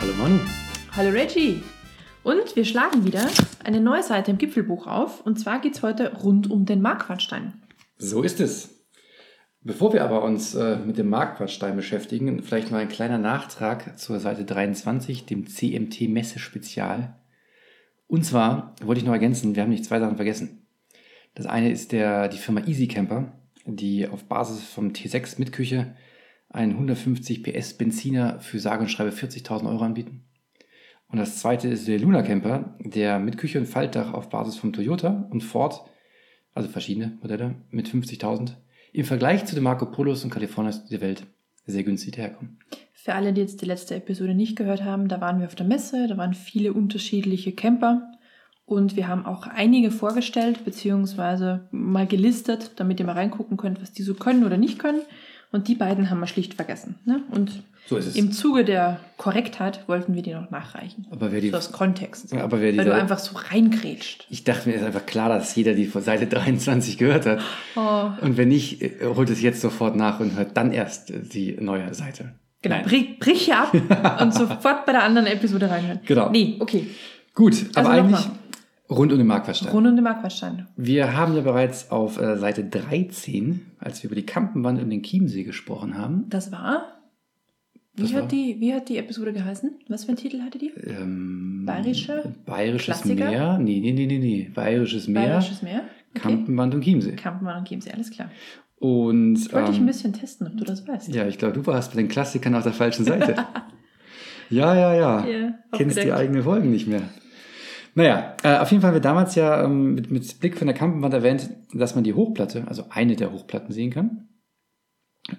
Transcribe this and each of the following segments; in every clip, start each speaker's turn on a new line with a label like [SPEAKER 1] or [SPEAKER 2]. [SPEAKER 1] Yvonne.
[SPEAKER 2] Hallo Reggie! Und wir schlagen wieder eine neue Seite im Gipfelbuch auf. Und zwar geht es heute rund um den Marquardstein.
[SPEAKER 1] So ist es. Bevor wir aber uns äh, mit dem Marquardstein beschäftigen, vielleicht noch ein kleiner Nachtrag zur Seite 23, dem CMT-Messe-Spezial. Und zwar wollte ich noch ergänzen, wir haben nicht zwei Sachen vergessen. Das eine ist der, die Firma Easy Camper, die auf Basis vom T6 mit Küche einen 150 PS Benziner für sage und schreibe 40.000 Euro anbieten. Und das zweite ist der Luna Camper, der mit Küche und Faltdach auf Basis vom Toyota und Ford, also verschiedene Modelle, mit 50.000 im Vergleich zu den Marco Polos und Kalifornias der Welt sehr günstig herkommen.
[SPEAKER 2] Für alle, die jetzt die letzte Episode nicht gehört haben, da waren wir auf der Messe, da waren viele unterschiedliche Camper und wir haben auch einige vorgestellt bzw. mal gelistet, damit ihr mal reingucken könnt, was die so können oder nicht können. Und die beiden haben wir schlicht vergessen. Ne? Und
[SPEAKER 1] So ist es.
[SPEAKER 2] im Zuge der Korrektheit wollten wir die noch nachreichen.
[SPEAKER 1] aber wer die,
[SPEAKER 2] So aus Kontext.
[SPEAKER 1] Ja, aber wer die
[SPEAKER 2] Weil du
[SPEAKER 1] Seite-
[SPEAKER 2] einfach so reingrätscht.
[SPEAKER 1] ich dachte mir, ist einfach klar, dass jeder die von Seite 23 gehört hat.
[SPEAKER 2] Oh.
[SPEAKER 1] Und wenn nicht, äh, holt es jetzt sofort nach und hört dann erst äh, die neue Seite.
[SPEAKER 2] Genau,
[SPEAKER 1] Nein.
[SPEAKER 2] brich, brich hier ab und sofort bei der anderen Episode reinhören.
[SPEAKER 1] Genau.
[SPEAKER 2] Nee, okay.
[SPEAKER 1] Gut, aber
[SPEAKER 2] Also
[SPEAKER 1] eigentlich
[SPEAKER 2] nochmal.
[SPEAKER 1] rund um den Marktverstand.
[SPEAKER 2] Rund um den Marktwahrstein.
[SPEAKER 1] Wir haben ja bereits auf äh, Seite 13, als wir über die Kampenwand und den Chiemsee gesprochen haben,
[SPEAKER 2] Das war. Wie,
[SPEAKER 1] Das
[SPEAKER 2] hat
[SPEAKER 1] war-
[SPEAKER 2] Die, wie hat die Episode geheißen? Was für einen Titel hatte die?
[SPEAKER 1] ähm,
[SPEAKER 2] Bayerische
[SPEAKER 1] Bayerisches
[SPEAKER 2] Klassiker?
[SPEAKER 1] Meer, nee, nee, nee, nee, nee, Bayerisches Meer,
[SPEAKER 2] Bayerisches Meer. Okay.
[SPEAKER 1] Kampenwand und Chiemsee.
[SPEAKER 2] Kampenmann und Chiemsee, alles klar.
[SPEAKER 1] Und
[SPEAKER 2] Ich wollte
[SPEAKER 1] ähm,
[SPEAKER 2] dich ein bisschen testen, ob du das weißt.
[SPEAKER 1] ja, ich glaube, du warst bei den Klassikern auf der falschen Seite. ja, ja, ja.
[SPEAKER 2] Ja,
[SPEAKER 1] Kennst die
[SPEAKER 2] aufgedeckt.
[SPEAKER 1] eigenen Folgen nicht mehr. Naja, äh, auf jeden Fall haben wir damals ja ähm, mit, mit Blick von der Kampenwand erwähnt, dass man die Hochplatte, also eine der Hochplatten sehen kann.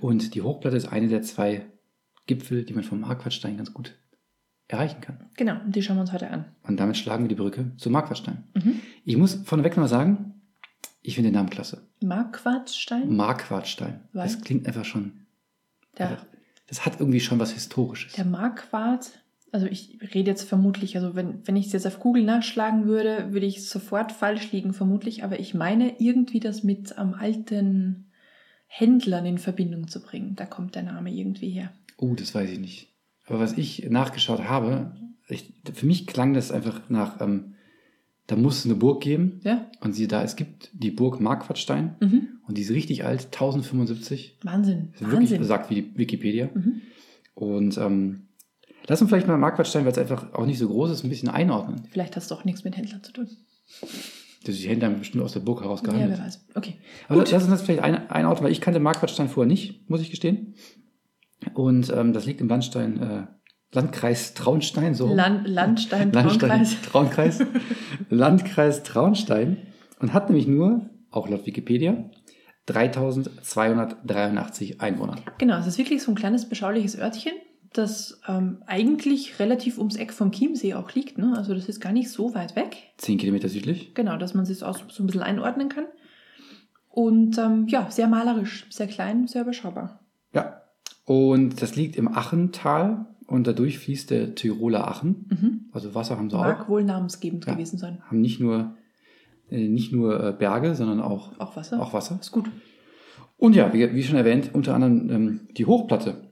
[SPEAKER 1] Und die Hochplatte ist eine der zwei Gipfel, die man vom Marquardstein ganz gut erreichen kann.
[SPEAKER 2] Genau, und die schauen wir uns heute an.
[SPEAKER 1] Und damit schlagen wir die Brücke zum Marquardstein.
[SPEAKER 2] Mhm.
[SPEAKER 1] Ich muss vorneweg nochmal sagen, ich finde den Namen klasse. Hm.
[SPEAKER 2] Marquardstein,
[SPEAKER 1] Marquardstein.
[SPEAKER 2] Weil?
[SPEAKER 1] Das klingt einfach schon.
[SPEAKER 2] der,
[SPEAKER 1] Das hat irgendwie schon was Historisches.
[SPEAKER 2] der Marquardt, also ich rede jetzt vermutlich, also wenn, wenn ich es jetzt auf Google nachschlagen würde, würde ich sofort falsch liegen, vermutlich, aber ich meine irgendwie das mit am alten Händlern in Verbindung zu bringen. Da kommt der Name irgendwie her.
[SPEAKER 1] Oh, das weiß ich nicht. Aber was ich nachgeschaut habe, ich, für mich klang das einfach nach, ähm, da muss es eine Burg geben.
[SPEAKER 2] Ja?
[SPEAKER 1] Und siehe da, es gibt die Burg Marquardstein
[SPEAKER 2] Mhm.
[SPEAKER 1] und die ist richtig alt, 1075.
[SPEAKER 2] Wahnsinn.
[SPEAKER 1] Das ist wirklich
[SPEAKER 2] Wahnsinn.
[SPEAKER 1] besagt wie die Wikipedia.
[SPEAKER 2] Mhm.
[SPEAKER 1] Und ähm, lass uns vielleicht mal Marquardstein, weil es einfach auch nicht so groß ist, ein bisschen einordnen.
[SPEAKER 2] Vielleicht hast du auch nichts mit Händlern zu tun.
[SPEAKER 1] Das die Hände haben bestimmt aus der Burg heraus
[SPEAKER 2] Ja,
[SPEAKER 1] gehandelt.
[SPEAKER 2] wer weiß. Okay.
[SPEAKER 1] Aber
[SPEAKER 2] Gut.
[SPEAKER 1] lass uns das vielleicht ein, einordnen, weil ich kannte Marquardstein vorher nicht, muss ich gestehen. Und ähm, das liegt im Landstein, äh, Landkreis Traunstein, so. rum.
[SPEAKER 2] Land, Landstein,
[SPEAKER 1] Landstein,
[SPEAKER 2] Landkreis.
[SPEAKER 1] Traunkreis, Landkreis Traunstein und hat nämlich nur, auch laut Wikipedia, 3283 Einwohner.
[SPEAKER 2] Genau, es ist wirklich so ein kleines, beschauliches Örtchen, das ähm, eigentlich relativ ums Eck vom Chiemsee auch liegt. Ne? Also das ist gar nicht so weit weg.
[SPEAKER 1] 10 Kilometer südlich.
[SPEAKER 2] Genau, dass man es jetzt auch so ein bisschen einordnen kann. Und ähm, ja, sehr malerisch, sehr klein, sehr überschaubar.
[SPEAKER 1] Ja. Und das liegt im Achental und dadurch fließt der Tiroler Achen.
[SPEAKER 2] Mhm.
[SPEAKER 1] Also Wasser haben sie
[SPEAKER 2] Mag
[SPEAKER 1] auch.
[SPEAKER 2] wohl namensgebend
[SPEAKER 1] Ja.
[SPEAKER 2] gewesen sein.
[SPEAKER 1] Haben nicht nur, äh, nicht nur äh, Berge, sondern auch,
[SPEAKER 2] Auch Wasser.
[SPEAKER 1] auch Wasser.
[SPEAKER 2] Ist gut.
[SPEAKER 1] Und ja, wie, wie schon erwähnt, unter anderem ähm, die Hochplatte,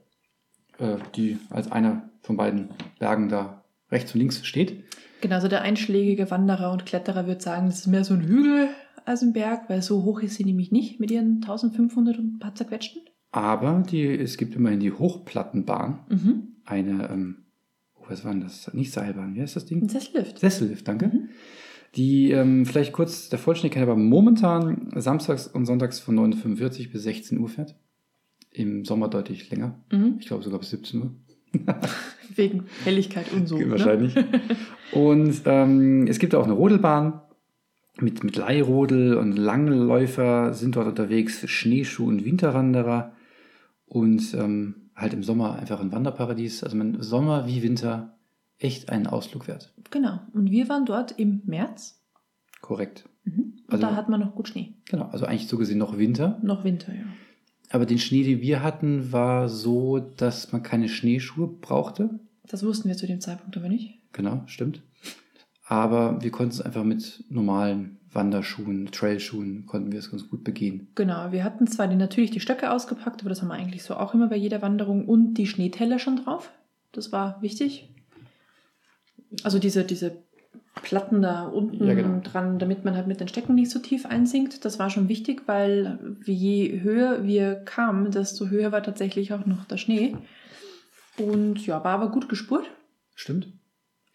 [SPEAKER 1] äh, die als einer von beiden Bergen da rechts und links steht.
[SPEAKER 2] Genau, also der einschlägige Wanderer und Kletterer würde sagen, das ist mehr so ein Hügel als ein Berg, weil so hoch ist sie nämlich nicht mit ihren 1500 und ein paar zerquetschten.
[SPEAKER 1] Aber die, es gibt immerhin die Hochplattenbahn.
[SPEAKER 2] Mhm.
[SPEAKER 1] Eine, ähm, oh, was war denn das? Nicht Seilbahn, wie heißt das
[SPEAKER 2] Ein
[SPEAKER 1] Ding?
[SPEAKER 2] Sessellift.
[SPEAKER 1] Sessellift, danke.
[SPEAKER 2] Mhm.
[SPEAKER 1] Die ähm, vielleicht kurz der Vollständigkeit, aber momentan samstags und sonntags von 9.45 bis 16 Uhr fährt. Im Sommer deutlich länger.
[SPEAKER 2] Mhm.
[SPEAKER 1] Ich glaube sogar bis 17 Uhr.
[SPEAKER 2] Wegen Helligkeit und so. Ne?
[SPEAKER 1] Wahrscheinlich. und ähm, es gibt auch eine Rodelbahn mit, mit Leihrodel und Langläufer sind dort unterwegs, Schneeschuh- und Winterwanderer und ähm, halt im Sommer einfach ein Wanderparadies. Also man, Sommer wie Winter echt einen Ausflug wert.
[SPEAKER 2] Genau. Und wir waren dort im März.
[SPEAKER 1] Korrekt.
[SPEAKER 2] Mhm. Und
[SPEAKER 1] Also-
[SPEAKER 2] da hat man noch gut Schnee.
[SPEAKER 1] Genau, also eigentlich so gesehen noch Winter.
[SPEAKER 2] Noch Winter, ja.
[SPEAKER 1] Aber den Schnee, den wir hatten, war so, dass man keine Schneeschuhe brauchte.
[SPEAKER 2] Das wussten wir zu dem Zeitpunkt aber nicht.
[SPEAKER 1] Genau, stimmt. Aber wir konnten es einfach mit normalen Wanderschuhen, Trailschuhen, konnten wir es ganz gut begehen.
[SPEAKER 2] Genau, wir hatten zwar die, natürlich die Stöcke ausgepackt, aber das haben wir eigentlich so auch immer bei jeder Wanderung und die Schneeteller schon drauf. Das war wichtig. Also diese, diese Platten da unten
[SPEAKER 1] Ja, genau.
[SPEAKER 2] dran, damit man halt mit den Stecken nicht so tief einsinkt. Das war schon wichtig, weil je höher wir kamen, desto höher war tatsächlich auch noch der Schnee. Und ja, war aber gut gespurt,
[SPEAKER 1] Stimmt?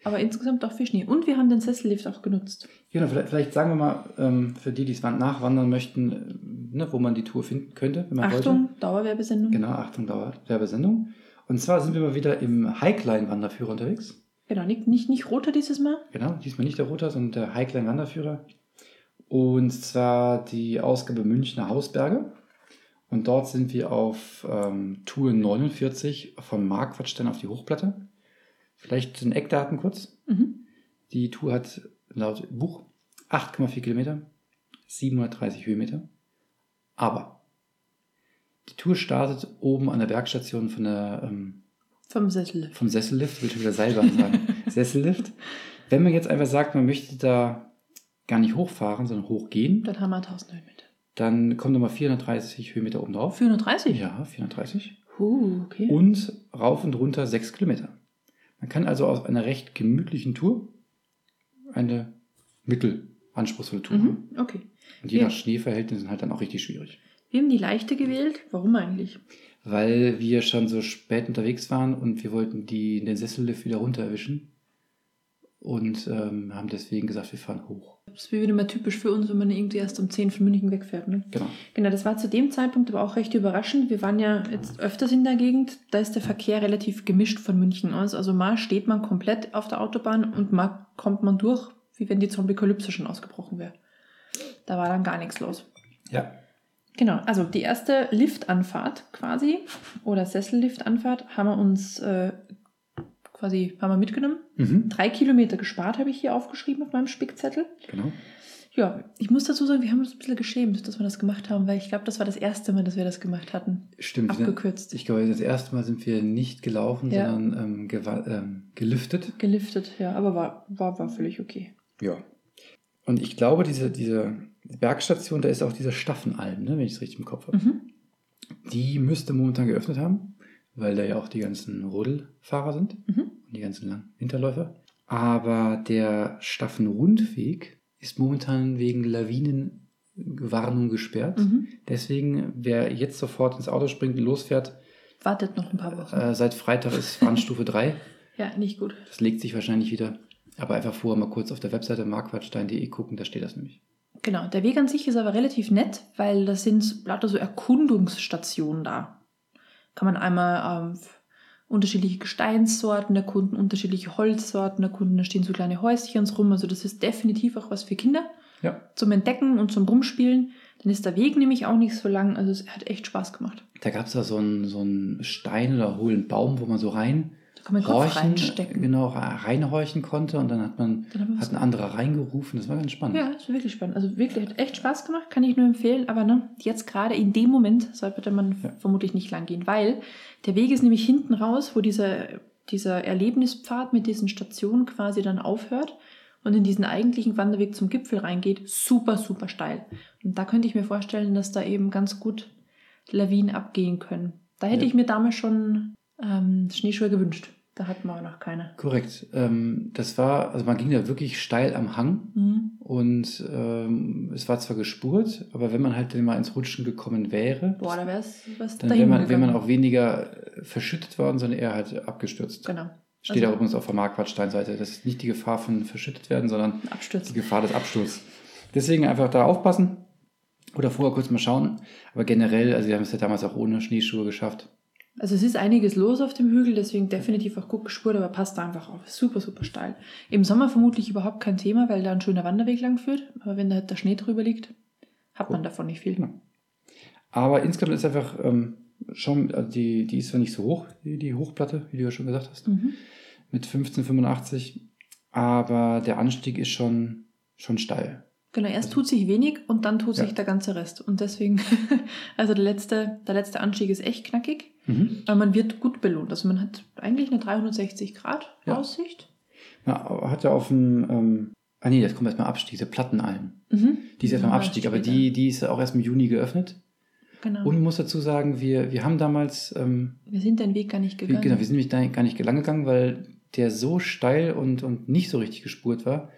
[SPEAKER 2] aber insgesamt auch viel Schnee. Und wir haben den Sessellift auch genutzt.
[SPEAKER 1] Genau, vielleicht, vielleicht sagen wir mal, ähm, für die, die es nachwandern möchten, äh, ne, wo man die Tour finden könnte, wenn man wollte.
[SPEAKER 2] Achtung, Dauerwerbesendung.
[SPEAKER 1] Genau, Achtung, Dauer, Werbesendung. Und zwar sind wir mal wieder im Highline-Wanderführer unterwegs.
[SPEAKER 2] Genau, nicht, nicht, nicht roter dieses Mal.
[SPEAKER 1] Genau, diesmal nicht der Roter, sondern der Heiklein Wanderführer. Und zwar die Ausgabe Münchner Hausberge. Und dort sind wir auf ähm, Tour 49 von Marquardstein auf die Hochplatte. Vielleicht zu den Eckdaten kurz.
[SPEAKER 2] Mhm.
[SPEAKER 1] Die Tour hat laut Buch 8,4 Kilometer, 730 Höhenmeter. Aber die Tour startet oben an der Bergstation von der ähm,
[SPEAKER 2] Vom Sessellift.
[SPEAKER 1] vom Sessellift, will ich schon wieder Seilbahn sagen. Sessellift. Wenn man jetzt einfach sagt, man möchte da gar nicht hochfahren, sondern hochgehen,
[SPEAKER 2] Dann haben wir 1000 Höhenmeter.
[SPEAKER 1] dann kommen nochmal 430 Höhenmeter oben drauf.
[SPEAKER 2] 430?
[SPEAKER 1] Ja, 430.
[SPEAKER 2] Uh, okay.
[SPEAKER 1] Und rauf und runter 6 Kilometer. Man kann also aus einer recht gemütlichen Tour eine mittelanspruchsvolle Tour machen.
[SPEAKER 2] mhm. Okay.
[SPEAKER 1] Und je nach
[SPEAKER 2] Ja.
[SPEAKER 1] Schneeverhältnissen halt dann auch richtig schwierig.
[SPEAKER 2] Wir haben die leichte gewählt. Warum eigentlich?
[SPEAKER 1] Weil wir schon so spät unterwegs waren und wir wollten die, den Sessellift wieder runter erwischen. Und ähm, haben deswegen gesagt, wir fahren hoch.
[SPEAKER 2] Das wäre wieder mal typisch für uns, wenn man irgendwie erst um 10 von München wegfährt. Ne?
[SPEAKER 1] Genau.
[SPEAKER 2] Genau, das war zu dem Zeitpunkt aber auch recht überraschend. Wir waren ja jetzt öfters in der Gegend. Da ist der Verkehr relativ gemischt von München aus. Also mal steht man komplett auf der Autobahn und mal kommt man durch, wie wenn die Zombie-Kalypse schon ausgebrochen wäre. Da war dann gar nichts los.
[SPEAKER 1] Ja.
[SPEAKER 2] Genau, also die erste Liftanfahrt quasi oder Sesselliftanfahrt haben wir uns äh, quasi haben wir mitgenommen.
[SPEAKER 1] Mhm.
[SPEAKER 2] Drei Kilometer gespart habe ich hier aufgeschrieben auf meinem Spickzettel.
[SPEAKER 1] Genau.
[SPEAKER 2] Ja, ich muss dazu sagen, wir haben uns ein bisschen geschämt, dass wir das gemacht haben, weil ich glaube, das war das erste Mal, dass wir das gemacht hatten.
[SPEAKER 1] Stimmt. wir sind-
[SPEAKER 2] Abgekürzt,
[SPEAKER 1] Ich glaube, das erste Mal sind wir nicht gelaufen,
[SPEAKER 2] Ja.
[SPEAKER 1] sondern ähm, gewa- ähm, gelüftet.
[SPEAKER 2] geliftet, ja, aber war, war, war völlig okay.
[SPEAKER 1] Ja. Und ich glaube, diese, diese Bergstation, da ist auch dieser Staffenalm, ne, wenn ich es richtig im Kopf habe.
[SPEAKER 2] Mhm.
[SPEAKER 1] Die müsste momentan geöffnet haben, weil da ja auch die ganzen Rodelfahrer sind
[SPEAKER 2] Mhm.
[SPEAKER 1] und die ganzen langen Hinterläufer. Aber der Staffenrundweg ist momentan wegen Lawinenwarnung gesperrt.
[SPEAKER 2] Mhm.
[SPEAKER 1] Deswegen, wer jetzt sofort ins Auto springt und losfährt,
[SPEAKER 2] Wartet noch ein paar Wochen.
[SPEAKER 1] Äh, seit Freitag ist Warnstufe 3.
[SPEAKER 2] Ja, nicht gut.
[SPEAKER 1] Das legt sich wahrscheinlich wieder. Aber einfach vorher mal kurz auf der Webseite marquardstein.de gucken, da steht das nämlich.
[SPEAKER 2] Genau, der Weg an sich ist aber relativ nett, weil das sind lauter so Erkundungsstationen da. Kann man einmal ähm, unterschiedliche Gesteinssorten erkunden, unterschiedliche Holzsorten erkunden, da stehen so kleine Häuschen rum, also das ist definitiv auch was für Kinder
[SPEAKER 1] Ja.
[SPEAKER 2] zum Entdecken und zum Rumspielen. Dann ist der Weg nämlich auch nicht so lang, also es hat echt Spaß gemacht.
[SPEAKER 1] Da gab es da so einen, so einen Stein oder hohlen Baum, wo man so rein
[SPEAKER 2] Da kann man den Kopf
[SPEAKER 1] horchen,
[SPEAKER 2] reinstecken.
[SPEAKER 1] genau, ra- reinhorchen konnte und dann hat man
[SPEAKER 2] Dann haben wir
[SPEAKER 1] hat
[SPEAKER 2] was
[SPEAKER 1] ein anderer reingerufen. Das war ganz spannend.
[SPEAKER 2] ja, ist wirklich spannend. Also wirklich, hat echt Spaß gemacht, kann ich nur empfehlen. Aber ne, jetzt gerade in dem Moment sollte man
[SPEAKER 1] Ja.
[SPEAKER 2] vermutlich nicht lang gehen, weil der Weg ist nämlich hinten raus, wo dieser, dieser Erlebnispfad mit diesen Stationen quasi dann aufhört und in diesen eigentlichen Wanderweg zum Gipfel reingeht. Super, super steil. Und da könnte ich mir vorstellen, dass da eben ganz gut Lawinen abgehen können. Da hätte
[SPEAKER 1] Ja.
[SPEAKER 2] ich mir damals schon ähm, Schneeschuhe gewünscht. Da hatten wir aber noch keine.
[SPEAKER 1] Korrekt. Ähm, das war, also man ging da wirklich steil am Hang
[SPEAKER 2] Mhm.
[SPEAKER 1] und ähm, es war zwar gespurt, aber wenn man halt dann mal ins Rutschen gekommen wäre,
[SPEAKER 2] Boah, da wäre es
[SPEAKER 1] dann wäre man, wär man auch weniger äh, verschüttet worden, sondern eher halt abgestürzt.
[SPEAKER 2] Genau.
[SPEAKER 1] Steht
[SPEAKER 2] Also-
[SPEAKER 1] auch übrigens auf der Marquardstein-Seite. Das ist nicht die Gefahr von verschüttet werden, sondern die
[SPEAKER 2] Abstürzen.
[SPEAKER 1] Gefahr des Absturzes. Deswegen einfach da aufpassen oder vorher kurz mal schauen. Aber generell, also wir haben es ja damals auch ohne Schneeschuhe geschafft.
[SPEAKER 2] Also es ist einiges los auf dem Hügel, deswegen definitiv auch gut gespurt, aber passt da einfach auf. Super, super steil. Im Sommer vermutlich überhaupt kein Thema, weil da ein schöner Wanderweg lang führt. Aber wenn da halt der Schnee drüber liegt, hat man davon nicht viel.
[SPEAKER 1] Genau. Aber insgesamt ist einfach ähm, schon, also die, die ist zwar nicht so hoch, die, die Hochplatte, wie du ja schon gesagt hast,
[SPEAKER 2] Mhm.
[SPEAKER 1] mit 15,85. Aber der Anstieg ist schon, schon steil.
[SPEAKER 2] Genau, erst tut sich wenig und dann tut
[SPEAKER 1] Also- Ja.
[SPEAKER 2] sich der ganze Rest. Und deswegen, also der letzte, der letzte Anstieg ist echt knackig,
[SPEAKER 1] Mhm.
[SPEAKER 2] aber man wird gut belohnt. Also man hat eigentlich eine
[SPEAKER 1] Ja.
[SPEAKER 2] 360-Grad-Aussicht.
[SPEAKER 1] Na, hat ja auf dem, ähm, ah nee, das kommt erstmal Abstieg, diese Plattenalm.
[SPEAKER 2] Mhm.
[SPEAKER 1] Die ist erst am
[SPEAKER 2] Ja,
[SPEAKER 1] Abstieg, aber
[SPEAKER 2] später.
[SPEAKER 1] die, die ist auch erst im Juni geöffnet.
[SPEAKER 2] Genau.
[SPEAKER 1] Und ich muss dazu sagen, wir, wir haben damals, ähm,
[SPEAKER 2] wir sind den Weg gar nicht
[SPEAKER 1] Genau, wir,
[SPEAKER 2] gegangen.
[SPEAKER 1] genau, wir sind nämlich da gar nicht lang gegangen, weil der so steil und, und nicht so richtig gespurt war,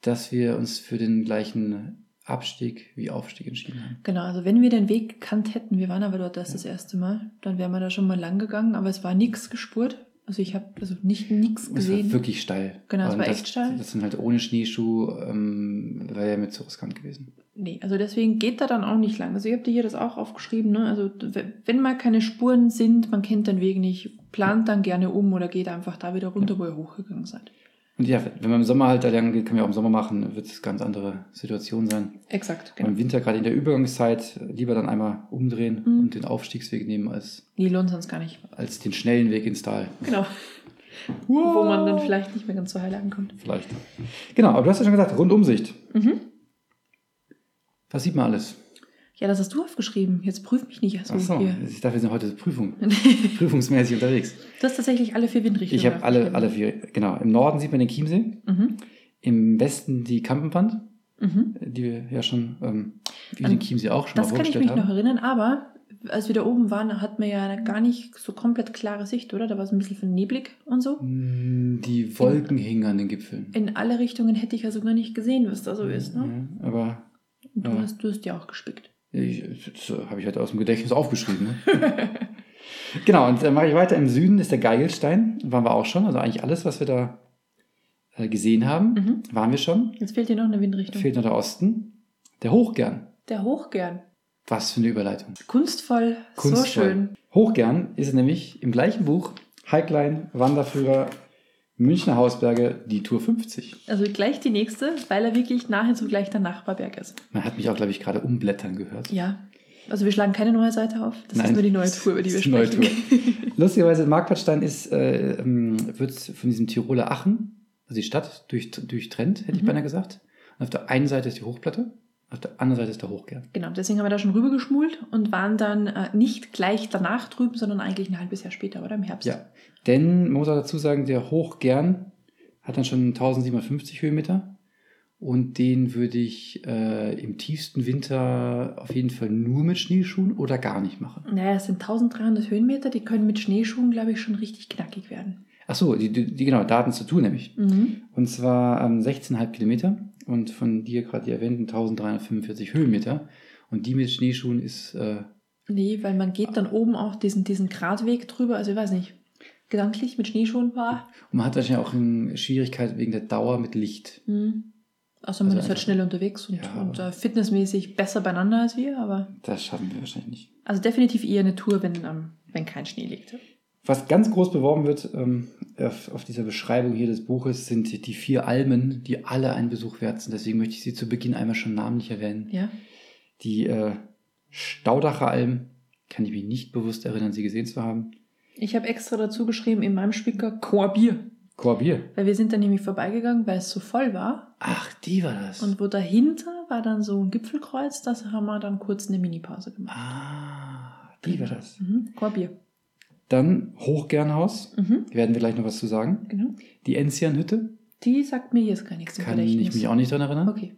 [SPEAKER 1] dass wir uns für den gleichen Abstieg wie Aufstieg entschieden haben.
[SPEAKER 2] Genau, also wenn wir den Weg gekannt hätten, wir waren aber dort erst das erste Mal, dann wären wir da schon mal lang gegangen, aber es war nichts gespurt. Also ich habe also nicht nichts
[SPEAKER 1] Es war
[SPEAKER 2] gesehen.
[SPEAKER 1] wirklich steil.
[SPEAKER 2] Genau, es
[SPEAKER 1] Und
[SPEAKER 2] war
[SPEAKER 1] das,
[SPEAKER 2] echt steil.
[SPEAKER 1] Das sind halt ohne Schneeschuh, ähm, wäre ja mit zu riskant gewesen.
[SPEAKER 2] Nee, also deswegen geht da dann auch nicht lang. Also ich habe dir hier das auch aufgeschrieben, ne? Also w- wenn mal keine Spuren sind, man kennt den Weg nicht, plant dann gerne um oder geht einfach da wieder runter, wo ihr hochgegangen seid.
[SPEAKER 1] Und ja, wenn man im Sommer halt da lang geht, kann man ja auch im Sommer machen, wird es ganz andere Situation sein.
[SPEAKER 2] Exakt, genau.
[SPEAKER 1] Aber Im Winter, gerade in der Übergangszeit, lieber dann einmal umdrehen
[SPEAKER 2] Mhm.
[SPEAKER 1] und den Aufstiegsweg nehmen als,
[SPEAKER 2] Die lohnt sonst gar nicht.
[SPEAKER 1] als den schnellen Weg ins Tal.
[SPEAKER 2] Genau. Wo man dann vielleicht nicht mehr ganz so heil ankommt.
[SPEAKER 1] Vielleicht. Genau, aber du hast ja schon gesagt, Rundumsicht.
[SPEAKER 2] Mhm.
[SPEAKER 1] Was sieht man alles?
[SPEAKER 2] Ja, das hast du aufgeschrieben. Jetzt prüf mich nicht erst so
[SPEAKER 1] Ach so,
[SPEAKER 2] hier.
[SPEAKER 1] ich dachte, wir sind heute zur Prüfung, prüfungsmäßig unterwegs.
[SPEAKER 2] Du hast tatsächlich alle vier Windrichtungen.
[SPEAKER 1] Ich habe alle,
[SPEAKER 2] aufgeschrieben.
[SPEAKER 1] alle vier, genau. Im Norden sieht man den Chiemsee,
[SPEAKER 2] Mhm.
[SPEAKER 1] im Westen die Kampenwand,
[SPEAKER 2] Mhm.
[SPEAKER 1] die wir ja schon, ähm, wie
[SPEAKER 2] An-
[SPEAKER 1] den Chiemsee auch schon
[SPEAKER 2] Das
[SPEAKER 1] mal
[SPEAKER 2] kann ich
[SPEAKER 1] vorgestellt
[SPEAKER 2] mich
[SPEAKER 1] haben.
[SPEAKER 2] noch erinnern, aber als wir da oben waren, hat man ja gar nicht so komplett klare Sicht, oder? Da war es ein bisschen neblig und so.
[SPEAKER 1] Mm,
[SPEAKER 2] Genau.
[SPEAKER 1] Die Wolken hingen an den Gipfeln.
[SPEAKER 2] In alle Richtungen hätte ich ja sogar nicht gesehen, was da so ist, ne?
[SPEAKER 1] Ja, aber
[SPEAKER 2] Und du,
[SPEAKER 1] Mhm. Ja.
[SPEAKER 2] hast, du hast ja auch gespickt.
[SPEAKER 1] ich, das habe ich halt aus dem Gedächtnis aufgeschrieben. Ne? genau, und dann mache ich weiter. Im Süden ist der Geigelstein, waren wir auch schon. Also eigentlich alles, was wir da äh, gesehen haben,
[SPEAKER 2] Mhm.
[SPEAKER 1] waren wir schon.
[SPEAKER 2] Jetzt fehlt dir noch eine Windrichtung.
[SPEAKER 1] Fehlt noch der Osten. Der Hochgern.
[SPEAKER 2] Der Hochgern.
[SPEAKER 1] Was für eine Überleitung.
[SPEAKER 2] Kunstvoll, so
[SPEAKER 1] Kunstvoll.
[SPEAKER 2] schön.
[SPEAKER 1] Hochgern ist nämlich im gleichen Buch Heiklein, Wanderführer, Münchner Hausberge, die Tour 50.
[SPEAKER 2] Also gleich die nächste, weil er wirklich nahezu gleich der Nachbarberg ist.
[SPEAKER 1] Man hat mich auch, glaube ich, gerade umblättern gehört.
[SPEAKER 2] Ja. Also wir schlagen keine neue Seite auf. Das ist
[SPEAKER 1] Nein.
[SPEAKER 2] nur die neue Tour, über die
[SPEAKER 1] Das
[SPEAKER 2] wir
[SPEAKER 1] ist die neue
[SPEAKER 2] sprechen.
[SPEAKER 1] Lustigerweise, Marktplatstein ist, äh, ähm, wird von diesem Tiroler Aachen, also die Stadt, durch, durchtrennt, hätte ich
[SPEAKER 2] Mhm.
[SPEAKER 1] beinahe gesagt. Und auf der einen Seite ist die Hochplatte, auf der anderen Seite ist der Hochgern.
[SPEAKER 2] Genau, deswegen haben wir da schon rübergeschmult und waren dann äh, nicht gleich danach drüben, sondern eigentlich ein halbes Jahr später, oder? Im Herbst.
[SPEAKER 1] Ja. Denn, man muss auch dazu sagen, der Hochgern hat dann schon 1750 Höhenmeter. Und den würde ich äh, im tiefsten Winter auf jeden Fall nur mit Schneeschuhen oder gar nicht machen.
[SPEAKER 2] Naja, es sind 1300 Höhenmeter, die können mit Schneeschuhen, glaube ich, schon richtig knackig werden.
[SPEAKER 1] Ach so, die, die, die genau, Daten zu tun nämlich.
[SPEAKER 2] Mhm.
[SPEAKER 1] Und zwar ähm, 16,5 Kilometer und von dir gerade die erwähnten 1345 Höhenmeter. Und die mit Schneeschuhen ist, äh,
[SPEAKER 2] Nee, weil man geht dann oben auch diesen, diesen Gratweg drüber, also ich weiß nicht. Gedanklich mit Schneeschuhen war.
[SPEAKER 1] und man hat wahrscheinlich auch eine Schwierigkeit wegen der Dauer mit Licht.
[SPEAKER 2] Mhm. Außer man
[SPEAKER 1] Also
[SPEAKER 2] ist halt
[SPEAKER 1] einfach-
[SPEAKER 2] schnell unterwegs und,
[SPEAKER 1] Ja,
[SPEAKER 2] und
[SPEAKER 1] aber-
[SPEAKER 2] äh, fitnessmäßig besser beieinander als wir, aber.
[SPEAKER 1] Das schaffen wir wahrscheinlich nicht.
[SPEAKER 2] Also definitiv eher eine Tour, wenn, ähm, wenn kein Schnee liegt.
[SPEAKER 1] Was ganz groß beworben wird ähm, auf, auf dieser Beschreibung hier des Buches, sind die- die vier Almen, die alle einen Besuch wert sind. Deswegen möchte ich sie zu Beginn einmal schon namentlich erwähnen.
[SPEAKER 2] Ja.
[SPEAKER 1] Die äh, Staudacher Alm kann ich mich nicht bewusst erinnern, sie gesehen zu haben.
[SPEAKER 2] Ich habe extra dazu geschrieben in meinem Spicker Chorbier.
[SPEAKER 1] Korbier.
[SPEAKER 2] Weil wir sind dann nämlich vorbeigegangen, weil es so voll war.
[SPEAKER 1] Ach, die war das.
[SPEAKER 2] Und wo dahinter war dann so ein Gipfelkreuz, das haben wir dann kurz eine Minipause gemacht.
[SPEAKER 1] ah, die war das.
[SPEAKER 2] Mhm. Chorbier.
[SPEAKER 1] Dann Hochgernhaus,
[SPEAKER 2] Mhm.
[SPEAKER 1] werden wir gleich noch was zu sagen.
[SPEAKER 2] Genau.
[SPEAKER 1] Die Enzianhütte,
[SPEAKER 2] Die sagt mir jetzt gar nichts im
[SPEAKER 1] kann ich
[SPEAKER 2] Gedächtnis.
[SPEAKER 1] mich auch nicht dran erinnern.
[SPEAKER 2] Okay.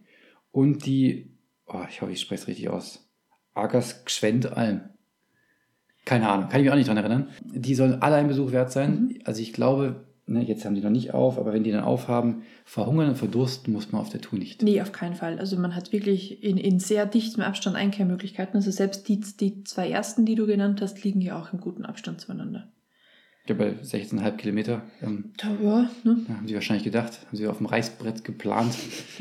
[SPEAKER 1] Und die, oh, ich hoffe, ich spreche es richtig aus, Agers Gschwendalm. Keine Ahnung, kann ich mich auch nicht dran erinnern. Die sollen alle ein Besuch wert sein.
[SPEAKER 2] Mhm.
[SPEAKER 1] Also ich glaube, ne, jetzt haben die noch nicht auf, aber wenn die dann aufhaben, verhungern und verdursten muss man auf der Tour nicht.
[SPEAKER 2] Nee, auf keinen Fall. Also man hat wirklich in, in sehr dichtem Abstand Einkehrmöglichkeiten. Also selbst die, die zwei ersten, die du genannt hast, liegen ja auch im guten Abstand zueinander.
[SPEAKER 1] Ich glaube, bei 16,5 Kilometer ähm,
[SPEAKER 2] Da, ja, ne?
[SPEAKER 1] da haben die wahrscheinlich gedacht, haben sie auf dem Reißbrett geplant.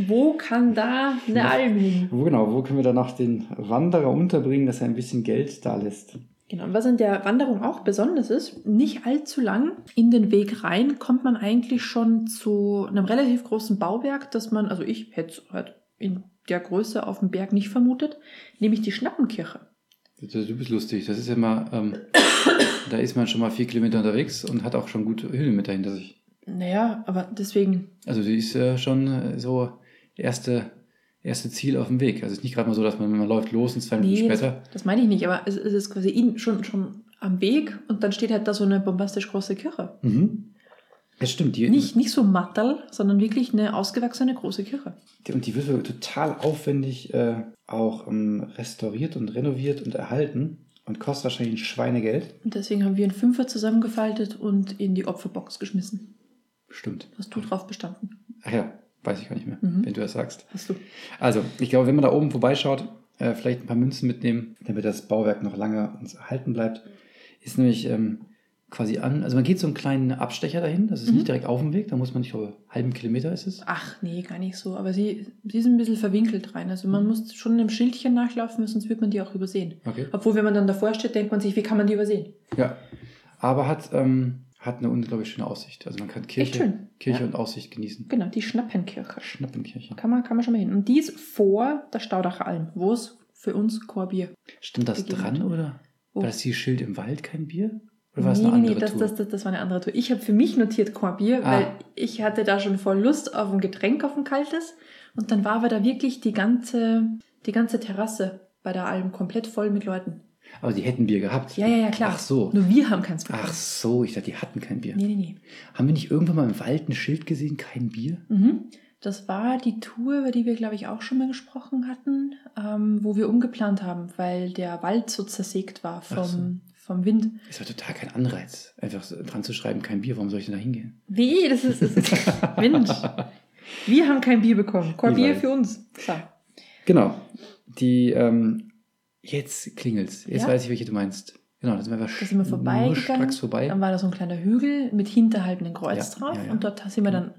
[SPEAKER 2] Wo kann da eine
[SPEAKER 1] Ja.
[SPEAKER 2] Alm hin?
[SPEAKER 1] Wo genau, wo können wir danach den Wanderer unterbringen, dass er ein bisschen Geld da lässt?
[SPEAKER 2] Genau, und was an der Wanderung auch besonders ist, nicht allzu lang in den Weg rein kommt man eigentlich schon zu einem relativ großen Bauwerk, das man, also ich hätte es halt in der Größe auf dem Berg nicht vermutet, nämlich die Schnappenkirche.
[SPEAKER 1] Das- Du bist lustig. Das ist ja mal, ähm, da ist man schon mal vier Kilometer unterwegs und hat auch schon gute Höhenmeter hinter sich.
[SPEAKER 2] Naja, aber deswegen,
[SPEAKER 1] Also die ist äh, schon äh, so erste, erste Ziel auf dem Weg. Also es ist nicht gerade mal so, dass man, man läuft los und zwei Minuten
[SPEAKER 2] Nee,
[SPEAKER 1] später.
[SPEAKER 2] das meine ich nicht, aber es, es ist quasi in, schon, schon am Weg und dann steht halt da so eine bombastisch große Kirche.
[SPEAKER 1] Mhm. Das stimmt. Die,
[SPEAKER 2] Nicht, nicht so matterl, sondern wirklich eine ausgewachsene große Kirche.
[SPEAKER 1] Und die wird so total aufwendig äh, auch ähm, restauriert und renoviert und erhalten und kostet wahrscheinlich ein Schweinegeld.
[SPEAKER 2] Und deswegen haben wir einen Fünfer zusammengefaltet und in die Opferbox geschmissen.
[SPEAKER 1] Stimmt.
[SPEAKER 2] Hast du drauf bestanden?
[SPEAKER 1] Ach ja, weiß ich gar nicht mehr,
[SPEAKER 2] Mhm.
[SPEAKER 1] wenn du das sagst.
[SPEAKER 2] Hast du.
[SPEAKER 1] Also, ich glaube, wenn man da oben vorbeischaut, äh, vielleicht ein paar Münzen mitnehmen, damit das Bauwerk noch lange uns erhalten bleibt. Ist nämlich ähm, quasi an, also man geht so einen kleinen Abstecher dahin, das ist
[SPEAKER 2] Mhm.
[SPEAKER 1] nicht direkt auf dem Weg, da muss man, ich glaube, einen halben Kilometer ist es.
[SPEAKER 2] Ach nee, gar nicht so. Aber sie, sie ist ein bisschen verwinkelt rein. Also man muss schon einem Schildchen nachlaufen, sonst wird man die auch übersehen.
[SPEAKER 1] Okay.
[SPEAKER 2] Obwohl, wenn man dann davor steht, denkt man sich, wie kann man die übersehen?
[SPEAKER 1] Ja. Aber hat, ähm, hat eine unglaublich schöne Aussicht. Also man kann
[SPEAKER 2] Echt
[SPEAKER 1] Kirche,
[SPEAKER 2] schön.
[SPEAKER 1] Kirche
[SPEAKER 2] Ja.
[SPEAKER 1] und Aussicht genießen.
[SPEAKER 2] Genau, die Schnappenkirche.
[SPEAKER 1] Schnappenkirche.
[SPEAKER 2] Kann man, kann man schon mal hin. Und die ist vor der Staudacher Alm, wo es für uns Chorbier.
[SPEAKER 1] Stimmt das
[SPEAKER 2] Gegeben.
[SPEAKER 1] dran oder?
[SPEAKER 2] Wo-
[SPEAKER 1] War das dieses Schild im Wald kein Bier? Oder war es eine andere
[SPEAKER 2] Oh. das,
[SPEAKER 1] Tour?
[SPEAKER 2] das, das, das war eine andere Tour. Ich habe für mich notiert Chorbier,
[SPEAKER 1] Ah.
[SPEAKER 2] weil ich hatte da schon voll Lust auf ein Getränk, auf ein kaltes. Und dann war aber da wirklich die ganze, die ganze Terrasse bei der Alm komplett voll mit Leuten.
[SPEAKER 1] Aber die hätten Bier gehabt.
[SPEAKER 2] Ja, ja, ja, klar.
[SPEAKER 1] Ach so.
[SPEAKER 2] Nur wir haben keins bekommen.
[SPEAKER 1] Ach so, ich dachte, die hatten kein Bier.
[SPEAKER 2] Nee, nee, nee.
[SPEAKER 1] Haben wir nicht irgendwann mal im Wald ein Schild gesehen, kein Bier?
[SPEAKER 2] Mhm. Das war die Tour, über die wir, glaube ich, auch schon mal gesprochen hatten, ähm, wo wir umgeplant haben, weil der Wald so zersägt war vom,
[SPEAKER 1] Ach so.
[SPEAKER 2] vom Wind.
[SPEAKER 1] Ist doch total kein Anreiz, einfach so dran zu schreiben, kein Bier. Warum soll ich denn da hingehen?
[SPEAKER 2] Nee, das ist, das ist Mensch. Wir haben kein Bier bekommen. Kein
[SPEAKER 1] Ich
[SPEAKER 2] Bier
[SPEAKER 1] weiß.
[SPEAKER 2] für uns. So.
[SPEAKER 1] Genau. Die, ähm, jetzt klingelt's. Jetzt
[SPEAKER 2] Ja?
[SPEAKER 1] weiß ich, welche du meinst. Genau, da sind wir einfach
[SPEAKER 2] Da sind wir vorbeigegangen.
[SPEAKER 1] nur stracks vorbei.
[SPEAKER 2] Dann war da so ein kleiner Hügel mit hinterhaltenden Kreuz
[SPEAKER 1] Ja,
[SPEAKER 2] drauf
[SPEAKER 1] ja, ja.
[SPEAKER 2] und dort sind wir dann,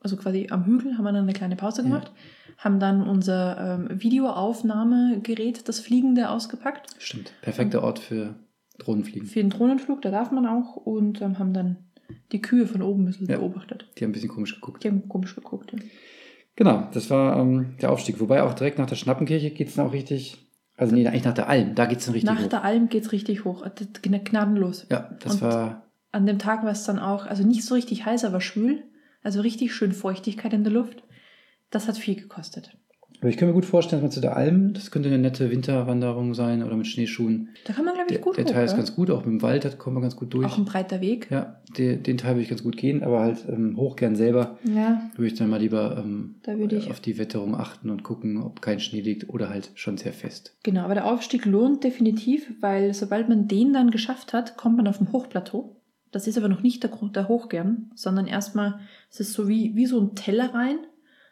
[SPEAKER 2] also quasi am Hügel, haben wir dann eine kleine Pause gemacht, haben dann unser ähm, Videoaufnahmegerät, das Fliegende, ausgepackt.
[SPEAKER 1] Stimmt. Perfekter Ort für Drohnenfliegen.
[SPEAKER 2] für den Drohnenflug, da darf man auch und ähm, haben dann die Kühe von oben ein bisschen
[SPEAKER 1] Ja.
[SPEAKER 2] beobachtet.
[SPEAKER 1] Die haben ein bisschen komisch geguckt.
[SPEAKER 2] Die haben komisch geguckt. Ja.
[SPEAKER 1] Genau, das war ähm, der Aufstieg. Wobei auch direkt nach der Schnappenkirche geht's dann auch richtig. Also nee, eigentlich nach der Alm, da geht's dann richtig
[SPEAKER 2] Nach
[SPEAKER 1] hoch.
[SPEAKER 2] der Alm geht's richtig hoch, äh, das- gna- gnadenlos.
[SPEAKER 1] ja, das
[SPEAKER 2] Und-
[SPEAKER 1] war
[SPEAKER 2] An dem Tag war es dann auch, also nicht so richtig heiß, aber schwül, also richtig schön Feuchtigkeit in der Luft. Das hat viel gekostet.
[SPEAKER 1] Aber ich kann mir gut vorstellen, dass man zu der Alm, das könnte eine nette Winterwanderung sein oder mit Schneeschuhen.
[SPEAKER 2] Da kann man glaube ich
[SPEAKER 1] Der,
[SPEAKER 2] gut
[SPEAKER 1] der
[SPEAKER 2] hoch,
[SPEAKER 1] Teil ist
[SPEAKER 2] ja?
[SPEAKER 1] ganz gut, auch mit dem Wald, da kommt man ganz gut durch.
[SPEAKER 2] Auch ein breiter Weg.
[SPEAKER 1] Ja, de, den Teil würde ich ganz gut gehen, aber halt ähm, hoch gern selber
[SPEAKER 2] Ja,
[SPEAKER 1] würde ich dann mal lieber ähm,
[SPEAKER 2] da würde ich
[SPEAKER 1] auf die Wetterung achten und gucken, ob kein Schnee liegt oder halt schon sehr fest.
[SPEAKER 2] Genau, aber der Aufstieg lohnt definitiv, weil sobald man den dann geschafft hat, kommt man auf dem Hochplateau. Das ist aber noch nicht der, Gro- der Hochgern, sondern erstmal, es ist so wie, wie so ein Teller rein.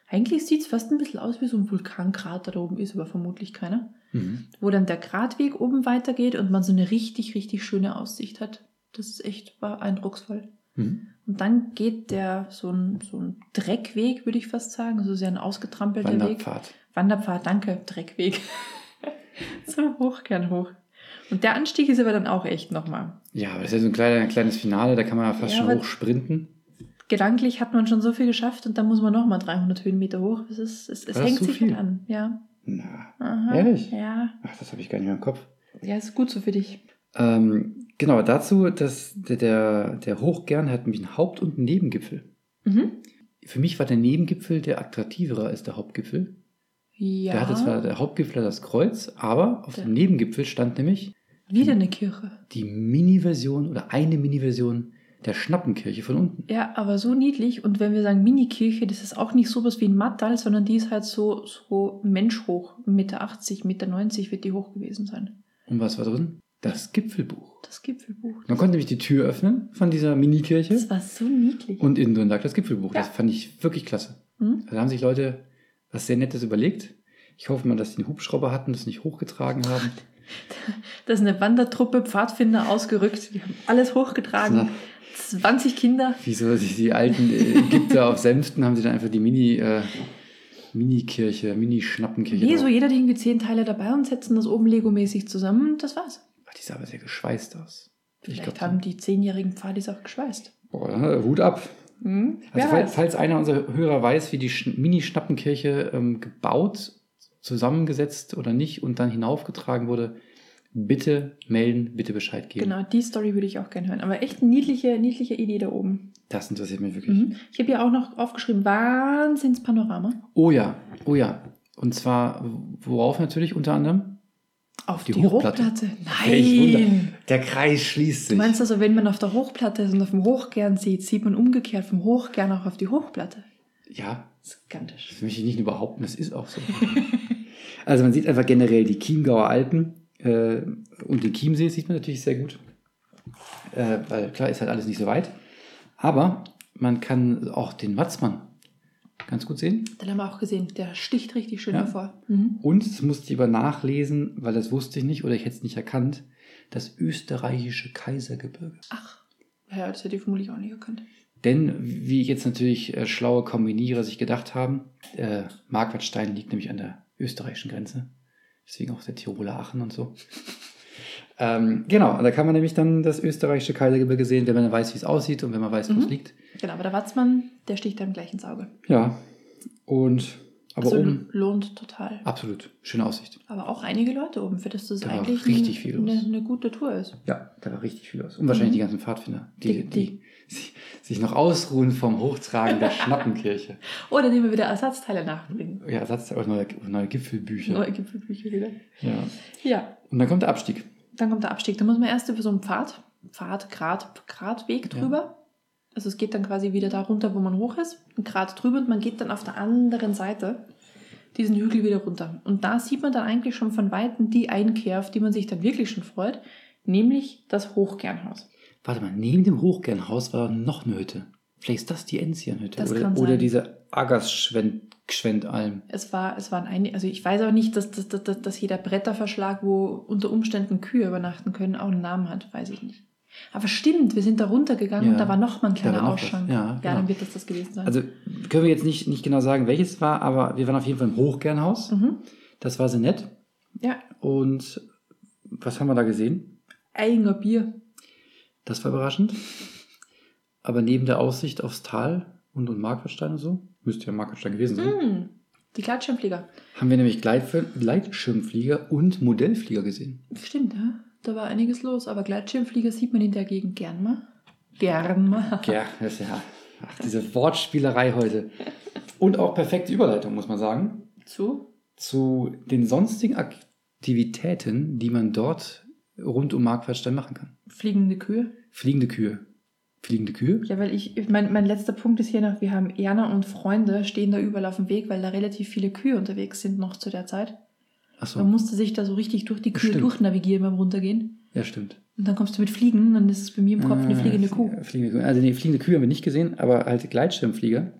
[SPEAKER 2] Eigentlich sieht es fast ein bisschen aus wie so ein Vulkankrater da oben, ist aber vermutlich keiner.
[SPEAKER 1] Mhm.
[SPEAKER 2] Wo dann der Gratweg oben weitergeht und man so eine richtig, richtig schöne Aussicht hat. Das ist echt war eindrucksvoll.
[SPEAKER 1] Mhm.
[SPEAKER 2] Und dann geht der so ein, so ein Dreckweg, würde ich fast sagen, so sehr ein ausgetrampelter Weg.
[SPEAKER 1] Wanderpfad.
[SPEAKER 2] Wanderpfad, danke, Dreckweg. Zum Hochkern hoch. Und der Anstieg ist aber dann auch echt nochmal.
[SPEAKER 1] Ja, aber das ist ja so ein kleiner, kleines Finale, da kann man ja fast
[SPEAKER 2] Ja,
[SPEAKER 1] schon
[SPEAKER 2] aber-
[SPEAKER 1] hochsprinten.
[SPEAKER 2] Gedanklich hat man schon so viel geschafft und dann muss man nochmal 300 Höhenmeter hoch. Es, ist, es,
[SPEAKER 1] War
[SPEAKER 2] es
[SPEAKER 1] das
[SPEAKER 2] hängt
[SPEAKER 1] zu
[SPEAKER 2] sich
[SPEAKER 1] viel?
[SPEAKER 2] halt an. Ja.
[SPEAKER 1] Na,
[SPEAKER 2] Aha.
[SPEAKER 1] Ehrlich?
[SPEAKER 2] Ja.
[SPEAKER 1] ach, das habe ich gar nicht mehr im Kopf.
[SPEAKER 2] Ja, ist gut so für dich.
[SPEAKER 1] Ähm, genau, dazu, dass der, der, der Hochgern hat nämlich einen Haupt- und einen Nebengipfel.
[SPEAKER 2] Mhm.
[SPEAKER 1] Für mich war der Nebengipfel der attraktivere als der Hauptgipfel.
[SPEAKER 2] Ja.
[SPEAKER 1] Der hatte zwar der Hauptgipfel das Kreuz, aber auf
[SPEAKER 2] Ja.
[SPEAKER 1] dem Nebengipfel stand nämlich
[SPEAKER 2] Wieder eine Kirche.
[SPEAKER 1] die Mini-Version oder eine Mini-Version der Schnappenkirche von unten.
[SPEAKER 2] Ja, aber so niedlich. Und wenn wir sagen Mini-Kirche, das ist auch nicht sowas wie ein Mattal, sondern die ist halt so, so menschhoch. 1,80 Meter, 1,90 Meter wird die hoch gewesen sein.
[SPEAKER 1] Und was war drin? Das Gipfelbuch.
[SPEAKER 2] Das Gipfelbuch.
[SPEAKER 1] Man konnte nämlich die Tür öffnen von dieser Mini-Kirche
[SPEAKER 2] Das war so niedlich.
[SPEAKER 1] und innen drin lag das Gipfelbuch.
[SPEAKER 2] Ja.
[SPEAKER 1] Das fand ich wirklich klasse.
[SPEAKER 2] Mhm.
[SPEAKER 1] Da haben sich Leute was sehr Nettes überlegt. Ich hoffe mal, dass die einen Hubschrauber hatten, das nicht hochgetragen haben.
[SPEAKER 2] Da ist eine Wandertruppe Pfadfinder ausgerückt. Die haben alles hochgetragen. 20 Kinder.
[SPEAKER 1] Wieso die, die alten äh, Ägypter auf Sänften haben sie dann einfach die Mini, äh, Mini-Kirche, Mini-Schnappenkirche.
[SPEAKER 2] Nee, so
[SPEAKER 1] drauf.
[SPEAKER 2] jeder hat irgendwie 10 Teile dabei und setzen das oben Lego-mäßig zusammen. und Das war's.
[SPEAKER 1] Ach, die sah aber sehr geschweißt aus.
[SPEAKER 2] Vielleicht
[SPEAKER 1] glaub,
[SPEAKER 2] haben die 10-jährigen Pfadis auch geschweißt.
[SPEAKER 1] Boah, Hut ab.
[SPEAKER 2] Hm?
[SPEAKER 1] Also
[SPEAKER 2] Wer
[SPEAKER 1] falls,
[SPEAKER 2] weiß.
[SPEAKER 1] falls einer unserer Hörer weiß, wie die Schn- Mini-Schnappenkirche ähm, gebaut, zusammengesetzt oder nicht und dann hinaufgetragen wurde, bitte melden, bitte Bescheid geben.
[SPEAKER 2] Genau, die Story würde ich auch gerne hören. Aber echt eine niedliche, niedliche Idee da oben.
[SPEAKER 1] Das interessiert mich wirklich.
[SPEAKER 2] Mhm. Ich habe ja auch noch aufgeschrieben, Wahnsinnspanorama.
[SPEAKER 1] Oh ja, oh ja. Und zwar, worauf natürlich unter anderem?
[SPEAKER 2] Auf
[SPEAKER 1] Die
[SPEAKER 2] die,
[SPEAKER 1] Hochplatte.
[SPEAKER 2] Hochplatte.
[SPEAKER 1] Ich
[SPEAKER 2] Nein!
[SPEAKER 1] wundere- Der Kreis schließt
[SPEAKER 2] Du meinst also, wenn man auf der Hochplatte ist und auf dem Hochgern sieht, sieht man umgekehrt vom Hochgern auch auf die Hochplatte.
[SPEAKER 1] ja,
[SPEAKER 2] Skandisch.
[SPEAKER 1] das möchte ich nicht nur behaupten, das ist auch so. also man sieht einfach generell die Chiemgauer Alpen äh, und den Chiemsee sieht man natürlich sehr gut. Äh, weil klar ist halt alles nicht so weit. Aber Man kann auch den Watzmann ganz gut sehen.
[SPEAKER 2] Den haben wir auch gesehen. Der sticht richtig schön
[SPEAKER 1] Ja.
[SPEAKER 2] hervor. Mhm.
[SPEAKER 1] Und das musste ich aber nachlesen, weil das wusste ich nicht oder ich hätte es nicht erkannt. Das österreichische Kaisergebirge.
[SPEAKER 2] Ach, ja, das hätte ich vermutlich auch nicht gekannt.
[SPEAKER 1] Denn, wie jetzt natürlich äh, schlaue Kombinierer sich gedacht haben, äh, Marquardstein liegt nämlich an der österreichischen Grenze. Deswegen auch der Tiroler Aachen und so. ähm, genau, und da kann man nämlich dann das österreichische Kaisergebirge sehen, wenn man weiß, wie es aussieht und wenn man weiß, wo es
[SPEAKER 2] Mhm.
[SPEAKER 1] liegt.
[SPEAKER 2] Genau, aber der Watzmann, der sticht einem gleich ins Auge.
[SPEAKER 1] Ja, und aber
[SPEAKER 2] also
[SPEAKER 1] oben
[SPEAKER 2] lohnt total.
[SPEAKER 1] absolut schöne Aussicht.
[SPEAKER 2] Aber auch einige Leute oben, für das das
[SPEAKER 1] Da war
[SPEAKER 2] eigentlich
[SPEAKER 1] richtig
[SPEAKER 2] ein-
[SPEAKER 1] viel los.
[SPEAKER 2] eine, eine gute Tour ist.
[SPEAKER 1] Ja, da war richtig viel los. Und wahrscheinlich
[SPEAKER 2] Mhm.
[SPEAKER 1] die ganzen Pfadfinder, die,
[SPEAKER 2] Die-
[SPEAKER 1] die,
[SPEAKER 2] die-
[SPEAKER 1] sich- sich noch ausruhen vom Hochtragen der Schnappenkirche.
[SPEAKER 2] Oder nehmen wir wieder Ersatzteile nachbringen.
[SPEAKER 1] Ja, Ersatz oder neue, neue Gipfelbücher.
[SPEAKER 2] Neue Gipfelbücher wieder.
[SPEAKER 1] Ja.
[SPEAKER 2] Ja,
[SPEAKER 1] Und dann kommt der Abstieg.
[SPEAKER 2] dann kommt der Abstieg. Da muss man erst über so einen Pfad, Pfad, Grad, Gradweg
[SPEAKER 1] Ja.
[SPEAKER 2] drüber. Also es geht dann quasi wieder da runter, wo man hoch ist, ein Grad drüber und man geht dann auf der anderen Seite diesen Hügel wieder runter. Und da sieht man dann eigentlich schon von Weitem die Einkehr, auf die man sich dann wirklich schon freut, nämlich das Hochgernhaus.
[SPEAKER 1] Warte mal, neben dem Hochgernhaus war noch eine Hütte. Vielleicht ist das die Enzianhütte.
[SPEAKER 2] Das
[SPEAKER 1] oder,
[SPEAKER 2] kann
[SPEAKER 1] oder
[SPEAKER 2] sein.
[SPEAKER 1] diese Aggerschwendalm.
[SPEAKER 2] Es war, es waren einige, also ich weiß auch nicht, dass, dass, dass, dass, dass jeder Bretterverschlag, wo unter Umständen Kühe übernachten können, auch einen Namen hat, weiß ich nicht. Aber stimmt, wir sind da runtergegangen
[SPEAKER 1] Ja.
[SPEAKER 2] und da war nochmal ein
[SPEAKER 1] Da war
[SPEAKER 2] kleiner
[SPEAKER 1] noch was.
[SPEAKER 2] Ausschank.
[SPEAKER 1] Ja, genau.
[SPEAKER 2] dann wird das das gewesen sein.
[SPEAKER 1] Also können wir jetzt nicht, nicht genau sagen, welches es war, aber wir waren auf jeden Fall im Hochgernhaus.
[SPEAKER 2] mhm.
[SPEAKER 1] Das war sehr nett.
[SPEAKER 2] Ja,
[SPEAKER 1] Und was haben wir da gesehen?
[SPEAKER 2] Einger Bier.
[SPEAKER 1] Das war überraschend. Aber neben der Aussicht aufs Tal und, und Markwartstein und so, müsste ja Markwartstein gewesen sein,
[SPEAKER 2] Mm, die Gleitschirmflieger.
[SPEAKER 1] haben wir nämlich Gleitf- Gleitschirmflieger und Modellflieger gesehen.
[SPEAKER 2] Stimmt, ja? da war einiges los, aber Gleitschirmflieger sieht man in der Gegend gern mal. Gern mal.
[SPEAKER 1] Ja, das ist ja. Ach, diese Wortspielerei heute. Und auch perfekte Überleitung, muss man sagen,
[SPEAKER 2] Zu?
[SPEAKER 1] zu den sonstigen Aktivitäten, die man dort rund um Markwartstein machen kann.
[SPEAKER 2] Fliegende Kühe.
[SPEAKER 1] Fliegende Kühe. Fliegende Kühe?
[SPEAKER 2] Ja, weil ich, ich mein, mein letzter Punkt ist hier noch, wir haben Erna und Freunde stehen da überall auf dem Weg, weil da relativ viele Kühe unterwegs sind noch zu der Zeit. Man
[SPEAKER 1] Achso,
[SPEAKER 2] musste sich da so richtig durch die Kühe
[SPEAKER 1] Stimmt.
[SPEAKER 2] durchnavigieren beim Runtergehen.
[SPEAKER 1] ja, stimmt.
[SPEAKER 2] Und dann kommst du mit Fliegen, dann ist es bei mir im Kopf eine
[SPEAKER 1] Ah,
[SPEAKER 2] fliegende
[SPEAKER 1] flie-
[SPEAKER 2] Kuh.
[SPEAKER 1] Fliegende Kuh. Also nee, fliegende Kühe haben wir nicht gesehen, aber halt Gleitschirmflieger.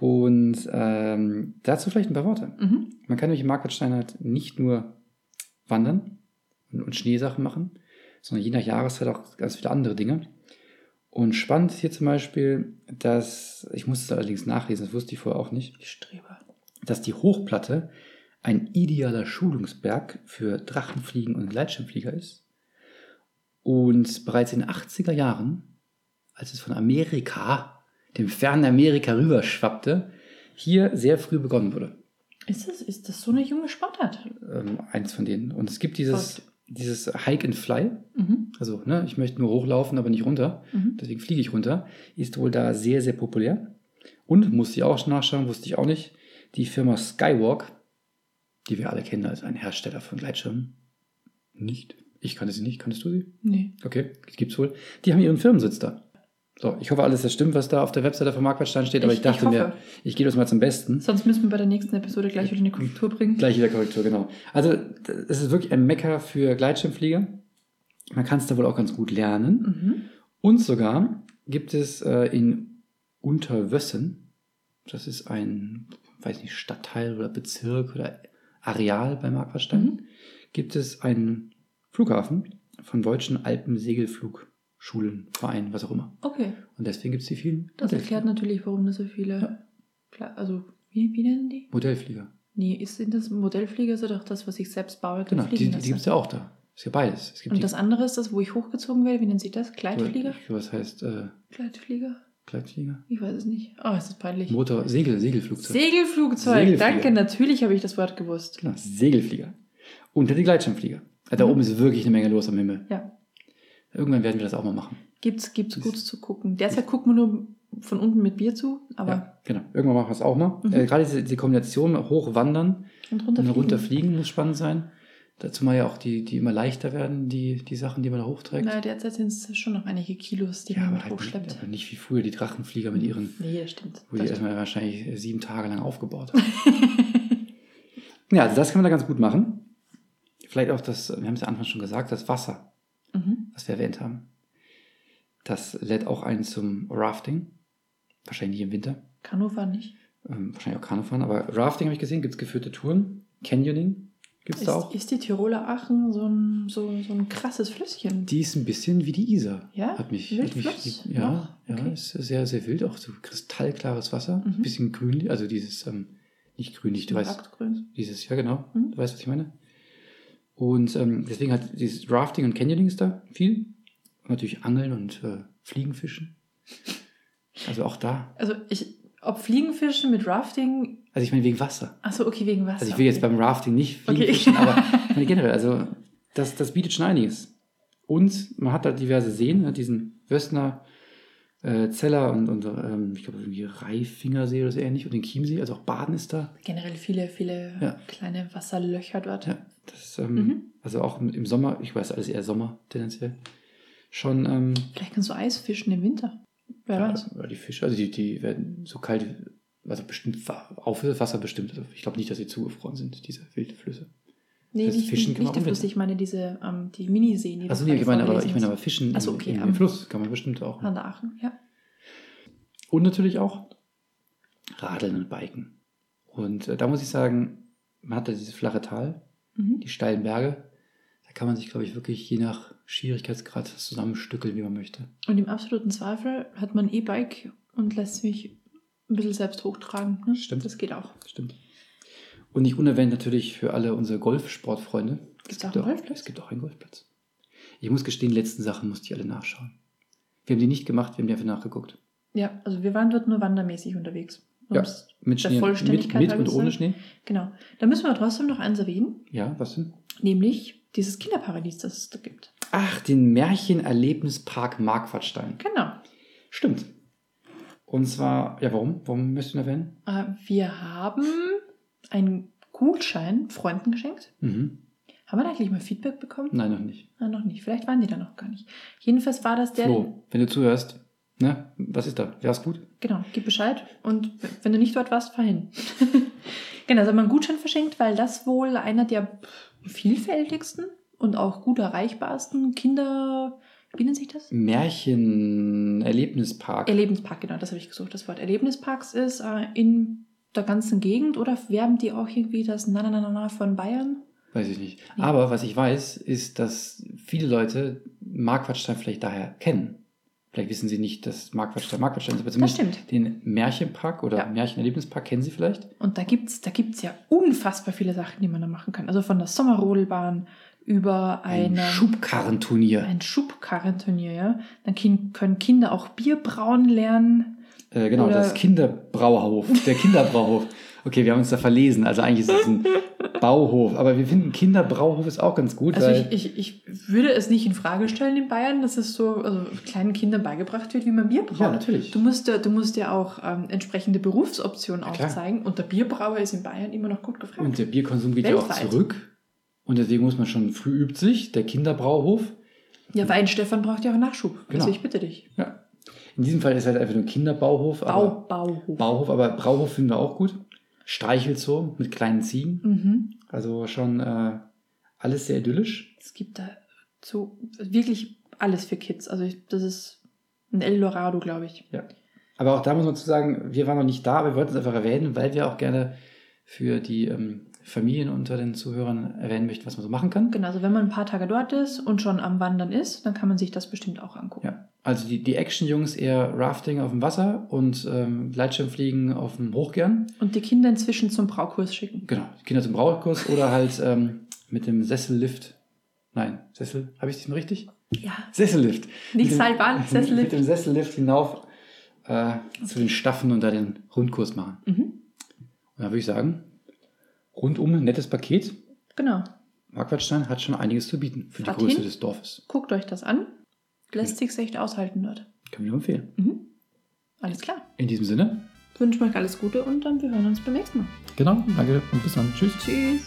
[SPEAKER 1] Und ähm, dazu vielleicht ein paar Worte.
[SPEAKER 2] Mhm.
[SPEAKER 1] Man kann nämlich im Markwartstein halt nicht nur wandern und, und Schneesachen machen, sondern je nach Jahreszeit auch ganz viele andere Dinge. Und spannend ist hier zum Beispiel, dass, ich muss es allerdings nachlesen, das wusste ich vorher auch nicht,
[SPEAKER 2] Die Streber.
[SPEAKER 1] dass die Hochplatte ein idealer Schulungsberg für Drachenfliegen und Gleitschirmflieger ist. Und bereits in den 80er Jahren, als es von Amerika, dem fernen Amerika rüberschwappte, hier sehr früh begonnen wurde.
[SPEAKER 2] Ist das, ist das so eine junge Sportart?
[SPEAKER 1] Ähm, eins von denen. Und es gibt dieses, dieses Hike and Fly,
[SPEAKER 2] Mhm.
[SPEAKER 1] also ne, ich möchte nur hochlaufen, aber nicht runter,
[SPEAKER 2] Mhm.
[SPEAKER 1] deswegen fliege ich runter, ist wohl da sehr, sehr populär. Und musste ich auch nachschauen, wusste ich auch nicht, die Firma Skywalk, die wir alle kennen als ein Hersteller von Gleitschirmen, nicht. Ich kannte sie nicht, kanntest du sie?
[SPEAKER 2] Nee.
[SPEAKER 1] Okay, gibt's wohl. Die haben ihren Firmensitz da. So, ich hoffe, alles das stimmt, was da auf der Webseite von Marktwertstein steht, aber ich, dachte mir,
[SPEAKER 2] hoffe.
[SPEAKER 1] ich gebe das mal zum Besten.
[SPEAKER 2] Sonst müssen wir bei der nächsten Episode gleich wieder eine Korrektur bringen.
[SPEAKER 1] Gleich wieder Korrektur, genau. Also d- es ist wirklich ein Mecker für Gleitschirmflieger. Man kann es da wohl auch ganz gut lernen.
[SPEAKER 2] Mhm.
[SPEAKER 1] Und sogar gibt es äh, in Unterwössen, das ist ein, weiß nicht, Stadtteil oder Bezirk oder Areal bei Markwartstein,
[SPEAKER 2] Mhm.
[SPEAKER 1] gibt es einen Flughafen von deutschen Alpensegelflugschulen, Verein, was auch immer.
[SPEAKER 2] Okay,
[SPEAKER 1] Und deswegen gibt es die vielen
[SPEAKER 2] das erklärt natürlich, warum das so viele. Klar, also, wie, wie nennen die?
[SPEAKER 1] Modellflieger.
[SPEAKER 2] Nee, ist, sind das Modellflieger oder doch das, was ich selbst baue? und
[SPEAKER 1] Genau, die,
[SPEAKER 2] fliegen
[SPEAKER 1] die
[SPEAKER 2] lasse?
[SPEAKER 1] gibt es ja auch da. Ist ja beides. Es gibt
[SPEAKER 2] Und
[SPEAKER 1] die,
[SPEAKER 2] das andere ist das, wo ich hochgezogen werde. Wie nennt sich das? Gleitflieger?
[SPEAKER 1] Ich glaube, das heißt äh,
[SPEAKER 2] Gleitflieger?
[SPEAKER 1] Gleitflieger.
[SPEAKER 2] Ich weiß es nicht. Oh, es ist peinlich.
[SPEAKER 1] Motor, Segel, Segelflugzeug.
[SPEAKER 2] Segelflugzeug.
[SPEAKER 1] Segelflieger.
[SPEAKER 2] Danke, natürlich habe ich das Wort gewusst.
[SPEAKER 1] Genau, Segelflieger. Und dann die Gleitschirmflieger. Also da
[SPEAKER 2] Mhm.
[SPEAKER 1] oben ist wirklich eine Menge los am Himmel.
[SPEAKER 2] Ja.
[SPEAKER 1] Irgendwann werden wir das auch mal machen.
[SPEAKER 2] Gibt's, gibt's gut zu gucken. Derzeit guckt man nur von unten mit Bier zu, aber
[SPEAKER 1] ja, genau. Irgendwann machen wir es auch mal.
[SPEAKER 2] Mhm.
[SPEAKER 1] Äh, gerade diese, diese Kombination hochwandern
[SPEAKER 2] und
[SPEAKER 1] und
[SPEAKER 2] runterfliegen.
[SPEAKER 1] runterfliegen muss spannend sein. Dazu mal ja auch die, die immer leichter werden, die, die Sachen, die man da hochträgt.
[SPEAKER 2] Na, derzeit sind es schon noch einige Kilos, die
[SPEAKER 1] ja, aber
[SPEAKER 2] man mit
[SPEAKER 1] halt nicht,
[SPEAKER 2] hochschleppt.
[SPEAKER 1] aber nicht wie früher die Drachenflieger mit ihren,
[SPEAKER 2] Nee, das stimmt.
[SPEAKER 1] wo die
[SPEAKER 2] Das
[SPEAKER 1] erstmal wahrscheinlich äh, sieben Tage lang aufgebaut haben. ja, also das kann man da ganz gut machen. Vielleicht auch das, wir haben es ja anfangs schon gesagt, das Wasser.
[SPEAKER 2] Mhm.
[SPEAKER 1] was wir erwähnt haben. Das lädt auch ein zum Rafting. Wahrscheinlich nicht im Winter.
[SPEAKER 2] Kanufahren nicht.
[SPEAKER 1] Ähm, wahrscheinlich auch Kanufahren. Aber Rafting habe ich gesehen, gibt es geführte Touren. Canyoning gibt es
[SPEAKER 2] Ist,
[SPEAKER 1] da auch.
[SPEAKER 2] ist die Tiroler Aachen so ein, so, so ein krasses Flüsschen?
[SPEAKER 1] Die ist ein bisschen wie die Isar.
[SPEAKER 2] Ja?
[SPEAKER 1] Hat mich, hat mich
[SPEAKER 2] Wildfluss?
[SPEAKER 1] ja,
[SPEAKER 2] Noch?
[SPEAKER 1] ja,
[SPEAKER 2] Okay.
[SPEAKER 1] ist sehr, sehr wild, auch so kristallklares Wasser,
[SPEAKER 2] Mhm.
[SPEAKER 1] bisschen grünlich, also dieses, ähm, nicht grünlich, du weißt,
[SPEAKER 2] Marktgrün.
[SPEAKER 1] dieses, ja genau,
[SPEAKER 2] Mhm.
[SPEAKER 1] du weißt, was ich meine. Und ähm, deswegen hat dieses Rafting und Canyoning ist da viel. Und natürlich Angeln und äh, Fliegenfischen. Also auch da.
[SPEAKER 2] Also ich, ob Fliegenfischen mit Rafting,
[SPEAKER 1] Also ich meine wegen Wasser.
[SPEAKER 2] achso, okay, wegen Wasser.
[SPEAKER 1] Also ich will jetzt
[SPEAKER 2] okay.
[SPEAKER 1] beim Rafting nicht
[SPEAKER 2] Okay.
[SPEAKER 1] Fliegenfischen, aber ich meine generell, also das, das bietet schon einiges. Und man hat da diverse Seen, ne, diesen Wössner, äh, Zeller und, und ähm, ich glaube irgendwie Reifingersee oder so ähnlich und den Chiemsee, also auch Baden ist da.
[SPEAKER 2] Generell viele, viele
[SPEAKER 1] Ja.
[SPEAKER 2] kleine Wasserlöcher dort.
[SPEAKER 1] Ja, das, ist, ähm,
[SPEAKER 2] Mhm.
[SPEAKER 1] Also auch im im Sommer, ich weiß alles eher Sommer tendenziell, schon ähm,
[SPEAKER 2] Vielleicht kannst du Eis fischen im Winter. Wer
[SPEAKER 1] ja,
[SPEAKER 2] weiß.
[SPEAKER 1] weil die Fische, also die, die werden so kalt, also bestimmt wa- auf das Wasser bestimmt. Also ich glaube nicht, dass sie zugefroren sind, diese wilden Flüsse.
[SPEAKER 2] Nee,
[SPEAKER 1] das
[SPEAKER 2] nicht,
[SPEAKER 1] Also Fischen
[SPEAKER 2] Fischen
[SPEAKER 1] kann man
[SPEAKER 2] nicht der
[SPEAKER 1] auch im
[SPEAKER 2] Fluss,
[SPEAKER 1] Winter.
[SPEAKER 2] ich meine diese, ähm, die Miniseen. die
[SPEAKER 1] Also
[SPEAKER 2] du
[SPEAKER 1] nee, ich
[SPEAKER 2] gerade
[SPEAKER 1] meine aber, ich
[SPEAKER 2] vorgelesen
[SPEAKER 1] meine
[SPEAKER 2] hast.
[SPEAKER 1] aber Fischen
[SPEAKER 2] Ach so,
[SPEAKER 1] im-
[SPEAKER 2] okay,
[SPEAKER 1] im, im
[SPEAKER 2] am-
[SPEAKER 1] Fluss kann man bestimmt auch.
[SPEAKER 2] An der Aachen, ja.
[SPEAKER 1] Und natürlich auch Radeln und Biken. Und äh, da muss ich sagen, man hat ja dieses flache Tal,
[SPEAKER 2] Mhm.
[SPEAKER 1] die steilen Berge. Da kann man sich, glaube ich, wirklich je nach Schwierigkeitsgrad zusammenstückeln, wie man möchte.
[SPEAKER 2] Und im absoluten Zweifel hat man ein E-Bike und lässt mich ein bisschen selbst hochtragen. Ne?
[SPEAKER 1] Stimmt.
[SPEAKER 2] Das geht auch.
[SPEAKER 1] Stimmt. Und nicht unerwähnt natürlich für alle unsere Golfsportfreunde.
[SPEAKER 2] Gibt's auch einen Golfplatz?
[SPEAKER 1] Es gibt auch einen Golfplatz. Ich muss gestehen, die letzten Sachen musste ich alle nachschauen. Wir haben die nicht gemacht, wir haben die einfach nachgeguckt.
[SPEAKER 2] Ja, also wir waren dort nur wandermäßig unterwegs.
[SPEAKER 1] Ja.
[SPEAKER 2] Um's-
[SPEAKER 1] Mit
[SPEAKER 2] Der
[SPEAKER 1] Schnee, mit,
[SPEAKER 2] Vollständigkeit
[SPEAKER 1] mit
[SPEAKER 2] halber
[SPEAKER 1] und ohne
[SPEAKER 2] gesagt.
[SPEAKER 1] Schnee.
[SPEAKER 2] Genau. Da müssen wir trotzdem noch eins erwähnen,
[SPEAKER 1] Ja, was denn?
[SPEAKER 2] nämlich dieses Kinderparadies, das es da gibt.
[SPEAKER 1] Ach, den Märchenerlebnispark Marquardstein.
[SPEAKER 2] Genau.
[SPEAKER 1] Stimmt. Und zwar, ja, warum? Warum müsst ihr ihn erwähnen?
[SPEAKER 2] Äh, wir haben einen Gutschein Freunden geschenkt.
[SPEAKER 1] Mhm.
[SPEAKER 2] Haben wir da eigentlich mal Feedback bekommen?
[SPEAKER 1] Nein, noch nicht.
[SPEAKER 2] Na, noch nicht. Vielleicht waren die da noch gar nicht. Jedenfalls war das der.
[SPEAKER 1] Flo, wenn du zuhörst, ne? Was ist da? Wär's gut?
[SPEAKER 2] Genau, gib Bescheid. Und wenn du nicht dort warst, fahr hin. genau, also haben wir einen Gutschein verschenkt, weil das wohl einer der vielfältigsten und auch gut erreichbarsten Kinder. Wie nennt sich das?
[SPEAKER 1] Märchenerlebnispark.
[SPEAKER 2] Erlebnispark, genau, das habe ich gesucht. Das Wort Erlebnisparks ist äh, in der ganzen Gegend oder werben die auch irgendwie das Na na na na na von Bayern?
[SPEAKER 1] Weiß ich nicht.
[SPEAKER 2] Nee.
[SPEAKER 1] Aber was ich weiß, ist, dass viele Leute Marquardstein vielleicht daher kennen. Vielleicht wissen sie nicht, dass Marquardstein Marquardstein ist, aber
[SPEAKER 2] Das
[SPEAKER 1] zumindest
[SPEAKER 2] stimmt.
[SPEAKER 1] den Märchenpark oder
[SPEAKER 2] Ja.
[SPEAKER 1] Märchenerlebnispark kennen sie vielleicht.
[SPEAKER 2] Und da gibt es da gibt's ja unfassbar viele Sachen, die man da machen kann. Also von der Sommerrodelbahn über
[SPEAKER 1] Ein
[SPEAKER 2] eine,
[SPEAKER 1] Schubkarrenturnier.
[SPEAKER 2] ähm, ein Schubkarrenturnier, ja. Dann kin- können Kinder auch Bier brauen lernen.
[SPEAKER 1] Äh, genau,
[SPEAKER 2] oder-
[SPEAKER 1] das Kinderbrauhof. Der Kinderbrauhof. Okay, wir haben uns da verlesen. Also eigentlich ist es ein Bauhof. Aber wir finden Kinderbrauhof ist auch ganz gut,
[SPEAKER 2] Also
[SPEAKER 1] weil
[SPEAKER 2] ich, ich, ich würde es nicht in Frage stellen in Bayern, dass es so also kleinen Kindern beigebracht wird, wie man Bier braut.
[SPEAKER 1] ja, natürlich.
[SPEAKER 2] Du musst ja, du musst ja auch ähm, entsprechende Berufsoptionen
[SPEAKER 1] Ja, klar.
[SPEAKER 2] aufzeigen. Und der Bierbrauer ist in Bayern immer noch gut gefragt.
[SPEAKER 1] Und der Bierkonsum geht ja auch
[SPEAKER 2] Weltweit. zurück.
[SPEAKER 1] zurück. Und deswegen muss man schon früh übt sich. Der Kinderbrauhof.
[SPEAKER 2] ja, Weinstefan braucht ja auch Nachschub.
[SPEAKER 1] Genau.
[SPEAKER 2] Also ich bitte dich.
[SPEAKER 1] Ja. In diesem Fall ist halt einfach nur ein Kinderbauhof.
[SPEAKER 2] Bau,
[SPEAKER 1] Aber
[SPEAKER 2] Bauhof.
[SPEAKER 1] Bauhof, aber Brauhof finden wir auch gut. Streichelzoo mit kleinen Ziegen.
[SPEAKER 2] Mhm.
[SPEAKER 1] Also schon äh, alles sehr idyllisch.
[SPEAKER 2] Es gibt da so wirklich alles für Kids. Also ich, das ist ein Eldorado, glaube ich.
[SPEAKER 1] Aber auch da muss man zu sagen, wir waren noch nicht da, aber wir wollten es einfach erwähnen, weil wir auch gerne für die ähm, Familien unter den Zuhörern erwähnen möchten, was man so machen kann.
[SPEAKER 2] Genau, also wenn man ein paar Tage dort ist und schon am Wandern ist, dann kann man sich das bestimmt auch angucken.
[SPEAKER 1] Ja. Also die, die Action-Jungs eher Rafting auf dem Wasser und ähm, Gleitschirmfliegen auf dem Hochgern.
[SPEAKER 2] Und die Kinder inzwischen zum Braukurs schicken.
[SPEAKER 1] Genau, die Kinder zum Brauchkurs oder halt ähm, mit dem Sessellift. Nein, Sessel, habe ich den richtig?
[SPEAKER 2] Ja.
[SPEAKER 1] Sessellift. Mit
[SPEAKER 2] Nicht
[SPEAKER 1] dem-
[SPEAKER 2] Seilbahn,
[SPEAKER 1] Mit dem
[SPEAKER 2] Sessellift.
[SPEAKER 1] Sessellift hinauf äh, zu den Staffen und da den Rundkurs machen.
[SPEAKER 2] Mhm.
[SPEAKER 1] Und da würde ich sagen, rundum ein nettes Paket.
[SPEAKER 2] Genau.
[SPEAKER 1] Marquardstein hat schon einiges zu bieten für
[SPEAKER 2] Fahrt
[SPEAKER 1] die Größe
[SPEAKER 2] hin.
[SPEAKER 1] des Dorfes.
[SPEAKER 2] Guckt euch das an. Lässt sich's echt aushalten dort.
[SPEAKER 1] Kann ich nur empfehlen.
[SPEAKER 2] Mhm. Alles klar.
[SPEAKER 1] In diesem Sinne,
[SPEAKER 2] wünsche euch alles Gute und dann wir hören uns beim nächsten Mal.
[SPEAKER 1] genau, danke und bis dann. Tschüss.
[SPEAKER 2] Tschüss.